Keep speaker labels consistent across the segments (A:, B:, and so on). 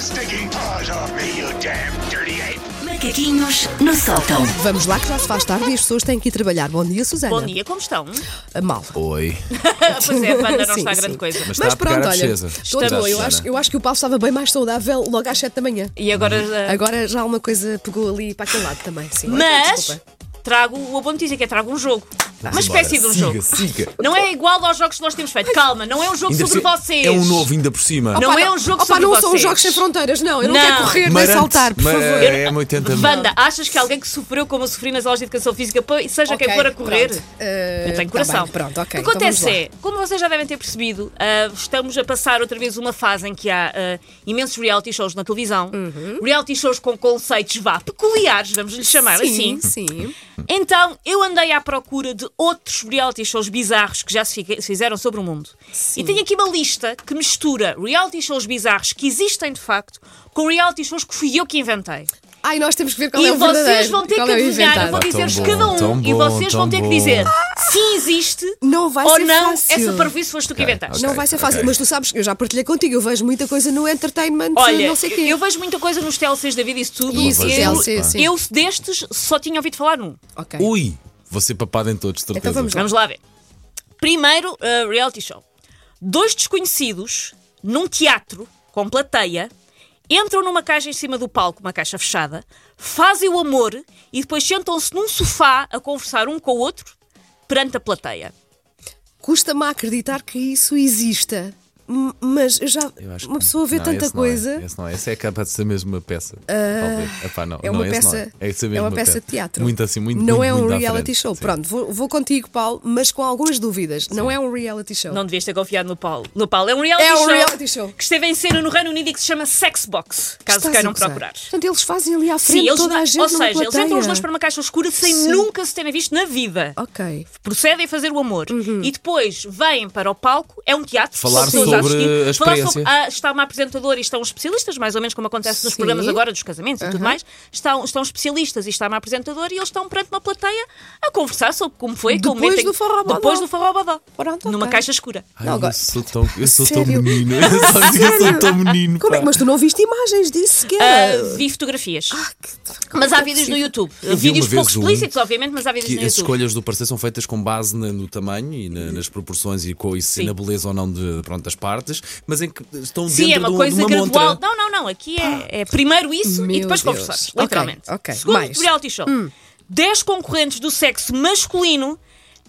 A: stinking paws off me, you damn dirty ape!
B: Macaquinhos no sótão.
C: Vamos lá, que já se faz tarde e as pessoas têm que ir trabalhar. Bom dia, Susana.
D: Bom dia, como estão?
C: Mal.
E: Oi.
D: pois é, a banda não
C: Sim,
D: está a
C: sim.
D: grande coisa.
C: Mas,
E: Mas- está a pegar
C: pronto,
E: a
C: olha.
E: defesa.
C: Estou
E: Estamos.
C: boa. Eu acho, eu acho que o Paulo estava bem mais saudável logo às 7 da manhã.
D: E agora. eh,
C: Agora já alguma coisa pegou ali para aquele lado também. Sim.
D: Mas
C: Desculpa.
D: trago uma boa notícia que é trago um jogo. Uma
E: Simbora.
D: espécie de um
E: Siga,
D: jogo.
E: Siga.
D: Não é igual aos jogos que nós temos feito. Calma, não é um jogo
E: Ainda por
D: sobre
E: cima-
D: vocês.
E: É um novo ainda por cima.
D: Não
C: Opa,
D: é um jogo
C: opa,
D: sobre
C: não são
D: vocês.
C: jogos sem fronteiras, não. Eu não,
D: Não.
C: quero correr
E: Marante,
C: nem saltar, por
E: ma-
C: favor.
E: É M80
D: Wanda, achas que alguém que sofreu como eu sofri nas aulas de educação física, pô, seja
C: Ok,
D: quem for a correr,
C: pronto. Eh,
D: eu tenho
C: tá
D: coração.
C: bem, pronto, ok,
D: O que
C: então
D: acontece
C: vamos lá.
D: é, como vocês já devem ter percebido, ah, estamos a passar outra vez uma fase em que há ah, imensos reality shows na televisão,
C: Uhum.
D: reality shows com conceitos vá peculiares, vamos lhe chamar assim.
C: Sim, sim.
D: Então, eu andei à procura de outros reality shows bizarros que já se fique- se fizeram sobre o mundo. E tenho aqui uma lista que mistura reality shows bizarros que existem de facto com reality shows que fui eu que inventei.
C: Ai, nós temos que ver qual
D: e
C: é o verdadeiro.
D: vocês vão ter que
C: qual é o
D: adivinhar, eu
C: inventado.
D: vou
E: Ah, tão
D: dizer-vos
E: bom,
D: cada um
E: tão
D: e
E: bom,
D: vocês
E: tão
D: vão ter que
E: bom.
D: dizer se existe
C: Ah! Não vai
D: ou
C: ser
D: não
C: fácil.
D: essa parvície foste tu que
E: Ok,
D: inventaste.
E: ok.
C: Não vai ser fácil,
E: ok.
C: mas tu sabes que eu já partilhei contigo. Eu vejo muita coisa no entertainment,
D: Olha,
C: não sei quê.
D: eu vejo muita coisa nos TLCs da vida e isso tudo.
C: Isso,
D: e
C: TLC,
D: eu,
C: sim.
D: eu destes só tinha ouvido falar num.
C: Ok.
E: Ui. Vou ser papado em todos, de certeza.
C: Então vamos lá.
D: Vamos lá ver. Primeiro, uh, reality show. Dois desconhecidos, num teatro, com plateia, entram numa caixa em cima do palco, uma caixa fechada, fazem o amor e depois sentam-se num sofá a conversar um com o outro perante a plateia.
C: Custa-me a acreditar que isso exista. M- Mas eu já.
E: Eu acho
C: uma
E: que-
C: pessoa vê
E: não,
C: tanta
E: esse não é,
C: coisa.
E: esse não é. Esse é capaz de ser mesmo uma peça. Talvez. Epá, não,
C: É uma
E: não, esse não
C: peça,
E: É, Esse
C: é
E: mesmo
C: uma peça de teatro.
E: Muito assim, muito
C: Não
E: muito,
C: é um
E: muito à
C: reality
E: frente.
C: show.
E: Sim.
C: Pronto, vou, vou contigo, Paulo, mas com algumas dúvidas. Não é um reality show.
D: Não devias ter confiado no Paulo. No Paulo. É um reality,
C: É um
D: show,
C: reality show.
D: que esteve em cena no Reino Unido e que se chama Sexbox, caso
C: Estás a
D: queiram
C: gozar.
D: procurar.
C: Portanto, eles fazem ali à frente assim, toda a gente numa
D: ou seja, eles entram os dois
C: plateia.
D: para uma caixa escura sem
C: Sim.
D: nunca se terem visto na vida.
C: Ok.
D: procedem a fazer o amor e depois vêm para o palco, é um teatro,
E: Falar
D: são pessoas a
E: sobre
D: assistir,
E: a
D: falar
E: experiência.
D: sobre- ah, está uma apresentadora e estão especialistas, mais ou menos como acontece nos
C: Sim.
D: programas agora dos casamentos e tudo mais, estão, estão especialistas e está uma apresentadora e eles estão perante uma plateia a conversar sobre como foi,
C: Depois
D: como é que-
C: do Forró-Bodó.
D: depois do Forró-Bodó,
C: Pronto,
D: numa
C: ok.
D: caixa escura.
E: Ai,
C: Não, agora-
E: eu sou tão, eu sou tão
C: Sério?
E: menino. Eu, sabes que eu sou tão menino.
C: Como é
E: pá.
C: que- Mas tu não viste imagens disso sequer?
D: Ah, vi fotografias.
C: é
D: mas há vídeos no YouTube.
E: vi
D: Vídeos
E: uma vez
D: pouco
E: um
D: explícitos, obviamente, mas há vídeos
E: que
D: no
E: as
D: YouTube.
E: escolhas do parecer são feitas com base na- no tamanho e na- nas proporções e, co, e se
D: Uhum. Sim.
E: na beleza ou não de, pronto, das partes, mas em que estão
D: Sim,
E: dentro
D: é uma
E: de, um- de
D: coisa
E: uma montra.
D: gradual. Não, não, não. Aqui é, é primeiro isso
C: Ah. Meu
D: e depois
C: Deus.
D: conversamos.
C: Ok,
D: Literalmente.
C: ok.
D: Segundo
C: Mais. Hum.
D: reality show. 10 concorrentes do sexo masculino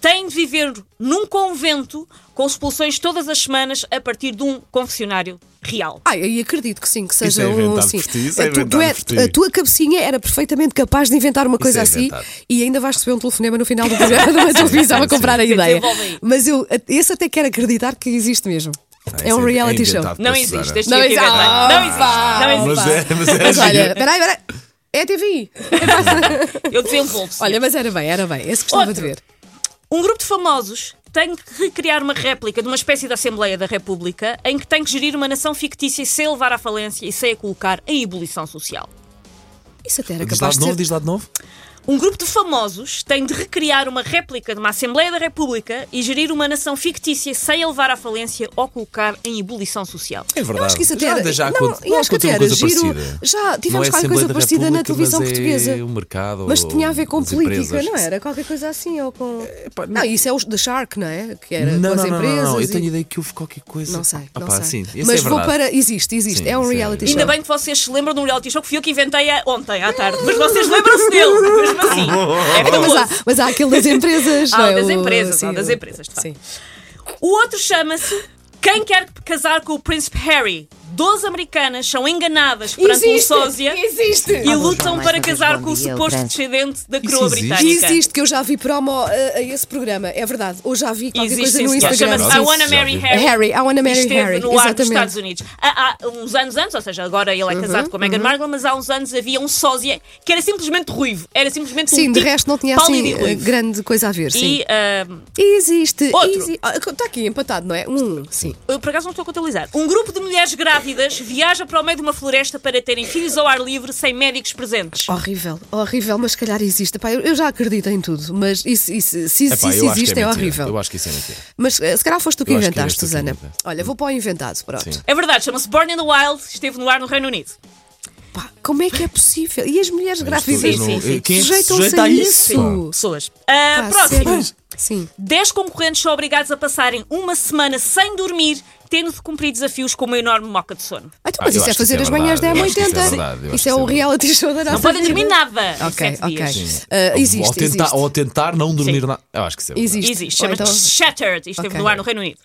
D: têm de viver num convento com expulsões todas as semanas a partir de um confessionário real.
C: Ah, e acredito que sim, que seja
E: é
C: um
E: inventado
C: assim.
E: por ti, isso é
C: tu, tu
E: inventado
C: é-
E: por ti.
C: a tua cabecinha era perfeitamente capaz de inventar uma coisa
E: é
C: assim
E: inventado.
C: e ainda vais receber um telefonema no final do programa, mas eu visava
E: sim,
C: comprar a
D: sim.
C: ideia.
D: Desenvolve aí.
C: Mas eu esse até quero acreditar que existe mesmo.
E: Ah,
C: É
E: isso
C: um reality show.
E: inventado,
D: Não
E: posso
D: existe. é
E: dar.
D: Este
C: Não
D: aqui
C: existe. Ah,
D: inventei. Não existe. Não existe.
E: Mas é, mas é.
C: Mas olha,
E: giro.
C: peraí, peraí. É TVI.
D: Eu desenvolvo-se.
C: Olha, mas era bem, era bem. Esse gostava de
D: Outro.
C: ver.
D: Um grupo de famosos tem que recriar uma réplica de uma espécie de Assembleia da República em que tem que gerir uma nação fictícia sem a levar à falência e sem a colocar em ebulição social.
C: Isso até era
E: Diz lá
C: É capaz
E: de
C: de
E: novo,
C: ter.
E: diz lá de novo. É
D: Um grupo de famosos tem de recriar uma réplica de uma Assembleia da República e gerir uma nação fictícia sem a levar à falência ou colocar em ebulição social.
E: É verdade.
C: Eu acho que isso até
E: já,
C: era.
E: já
C: não,
E: aconte-
C: eu
E: não
C: acho que até
E: aconteceu
C: era
E: coisa
C: giro.
E: parecida.
C: Já
E: Não
C: tivemos
E: é
C: qualquer
E: Assembleia
C: coisa
E: da
C: parecida na
E: República,
C: televisão
E: mas é
C: portuguesa.
E: o mercado
C: Mas
E: ou
C: tinha a ver com
E: as
C: política,
E: empresas. Eh,
C: não era? Qualquer coisa assim, ou com. não, isso é o The Shark, não é? Que era
E: Não,
C: com as
E: não, não,
C: empresas.
E: não, não, eu
C: e-
E: tenho ideia que houve qualquer coisa.
C: Não sei,
E: Ah,
C: não
E: pá,
C: sei.
E: sim, isso
C: Mas
E: é
C: vou
E: verdade.
C: para. Existe, existe.
E: Sim,
C: é um
E: isso é-
C: reality
E: isso
C: show.
E: é-
D: Ainda bem que vocês se lembram de um reality show que fui eu que inventei a- ontem à tarde, mas vocês lembram-se dele, mesmo assim. É
C: Então, mas,
D: fabuloso.
C: há, mas há aquele das empresas.
D: Há
C: não é?
D: o Ah, das
C: O-
D: empresas, há o
C: sim,
D: das
C: o-
D: empresas, de facto.
C: Sim.
D: O outro chama-se Quem Quer Casar com o Príncipe Harry. Doze americanas são enganadas perante um
C: Existe,
D: sósia
C: existe.
D: e lutam
B: mais
D: para
B: uma vez,
D: casar
B: bom
D: com o
B: dia,
D: suposto
B: grande.
D: descendente da
E: Isso
D: coroa
E: existe?
D: britânica.
C: Existe, que eu já vi promo a, a esse programa, é verdade. Ou já vi qualquer
D: Existe,
C: coisa no
D: sim, senhor.
C: Instagram.
D: Chama-se
C: sim.
D: I Wanna
E: Já
D: Marry
E: vi.
D: Harry.
C: Harry, I Wanna Marry
D: esteve
C: Harry.
D: no ar dos Estados
C: Exatamente. Uhum,
D: Unidos. Há, há uns anos antes, ou seja, agora ele é casado com a Meghan Markle, mas há uns anos havia um sósia que era simplesmente ruivo. Era simplesmente um
C: Sim, de
D: tipo
C: resto não tinha
D: pálido
C: assim
D: e ruivo.
C: grande coisa a ver. Sim.
D: E eh, ahm,
C: Existe.
D: Outro.
C: Está aqui empatado, não é? Um, sim.
D: eu por acaso não estou a contabilizar. Um grupo de mulheres grávidas grávidas viaja para o meio de uma floresta para terem filhos ao ar livre sem médicos presentes.
C: Horrível, horrível, mas se calhar existe. Pá, eu, eu já acredito em tudo, mas isso, isso, se, se
E: Epá,
C: isso
E: Ah, eu acho que
C: existe é,
E: mentira.
C: horrível.
E: Eu acho que isso é mentira.
C: Mas eh, se calhar foste tu que
E: Eu acho que
C: inventaste,
E: é eras tu que
C: Susana.
E: inventaste.
C: Olha, vou para o inventado, pronto.
E: Sim.
D: É verdade, chama-se Born in the Wild, esteve no ar no Reino Unido.
C: Pá, como é que é possível? E as mulheres grávidas
E: Eu não-
D: sim, sim.
E: eu- Quem é que se
C: sujeitam-se
E: sujeita a isso?
C: isso?
D: Pessoas. Ah,
C: Pá,
D: próximo.
C: sério? Sim.
D: 10 concorrentes são obrigados a passarem uma semana sem dormir, tendo de cumprir desafios como uma enorme moca de sono.
C: Ah, então,
E: Ah,
C: mas
E: eu
C: isso é
E: acho que
C: fazer
E: isso é
C: as manhãs da
E: verdade, eu acho que isso é verdade, eu
C: M80.
E: acho
C: Isso
E: que
C: é
E: isso
C: o
E: é
C: reality show da nossa
D: Não podem dormir
C: vida.
D: nada em
C: Ok,
D: sete
C: ok.
D: dias.
C: Ah, existe,
E: ou, tentar,
C: existe.
E: ou tentar não dormir
D: Sim.
E: nada. Eu acho que isso é verdade.
C: Existe.
D: Existe,
C: Ou
D: chama-se
C: então-
D: Shattered, isto esteve
C: Ok.
D: no ar no Reino Unido.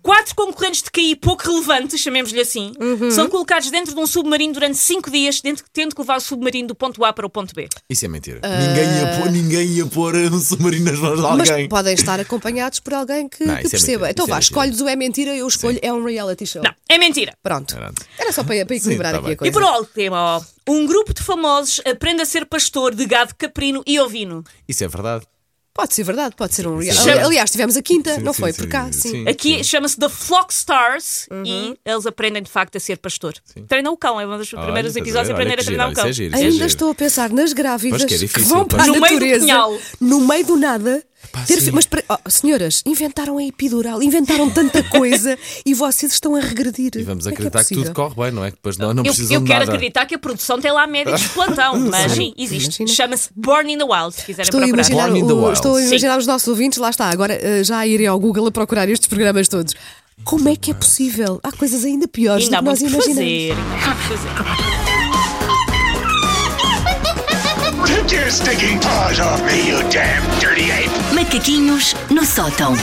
D: Quatro concorrentes de KI pouco relevantes, chamemos-lhe assim,
C: Uhum.
D: são colocados dentro de um submarino durante 5 dias, dentro- tendo que levar o submarino do ponto A para o ponto B.
E: Isso é mentira. Ninguém, ia pôr, ninguém ia pôr um submarino nas mãos de
C: Mas
E: alguém.
C: podem estar acompanhados por alguém que,
E: Não,
C: que
E: isso é
C: perceba.
E: mentira,
C: então
E: isso é
C: vá,
E: mentira.
C: escolhes o é mentira, eu escolho é um reality show.
D: Não, é mentira.
C: Pronto.
E: Pronto.
C: Era só para, para equilibrar
E: tá
C: aqui
E: bem.
C: a
E: E
C: coisa.
D: E por último, ó, um grupo de famosos aprende a ser pastor de gado caprino e ovino.
E: Isso é verdade.
C: Pode ser verdade, pode ser um reality.
E: sim.
C: Ali- Aliás, tivemos a quinta,
E: Sim,
C: não
E: sim,
C: foi?
E: sim,
C: por cá, sim.
E: sim.
D: Aqui é chama-se The Flock Stars
C: Uhum.
D: e eles aprendem de facto a ser pastor. Treinam o cão, é um dos primeiros
E: estás a
D: episódios a
E: ver? Olha
D: aprender
E: que
D: a treinar o
E: giro,
D: cão.
E: isso é giro.
C: Ainda
E: giro.
C: estou a pensar nas grávidas
E: Pois que é difícil,
C: vão para
E: pois.
C: a
D: No meio do
C: natureza
D: pinhal.
C: no meio do nada.
E: Pá,
C: ter
E: sim.
C: fi- Mas pera- oh, senhoras, inventaram a epidural, inventaram tanta coisa e vocês estão a regredir.
E: E vamos
C: Como é que é
E: acreditar que,
C: possível?
E: tudo corre bem, não é? Que depois não, não
D: Eu,
E: precisam
D: eu
E: de
D: quero
E: nada.
D: acreditar que a produção tem lá médicos de plantão, mas sim, existe.
C: Imagina.
D: Chama-se Born in the Wild, se quiserem
C: Estou a,
D: procurar.
C: imaginar
E: Born in the
C: o-
E: Wild.
C: estou a
D: Sim.
C: imaginar os nossos ouvintes, lá está, agora eh, já irem ao Google a procurar estes programas todos. Como é que é possível? Há coisas ainda piores
D: Ainda
C: do
D: há
C: que nós
D: muito o que fazer.
C: imaginamos.
D: ainda há muito o que fazer.
A: Take your stinking paws off me, you damn dirty ape!
B: Macaquinhos no sótão.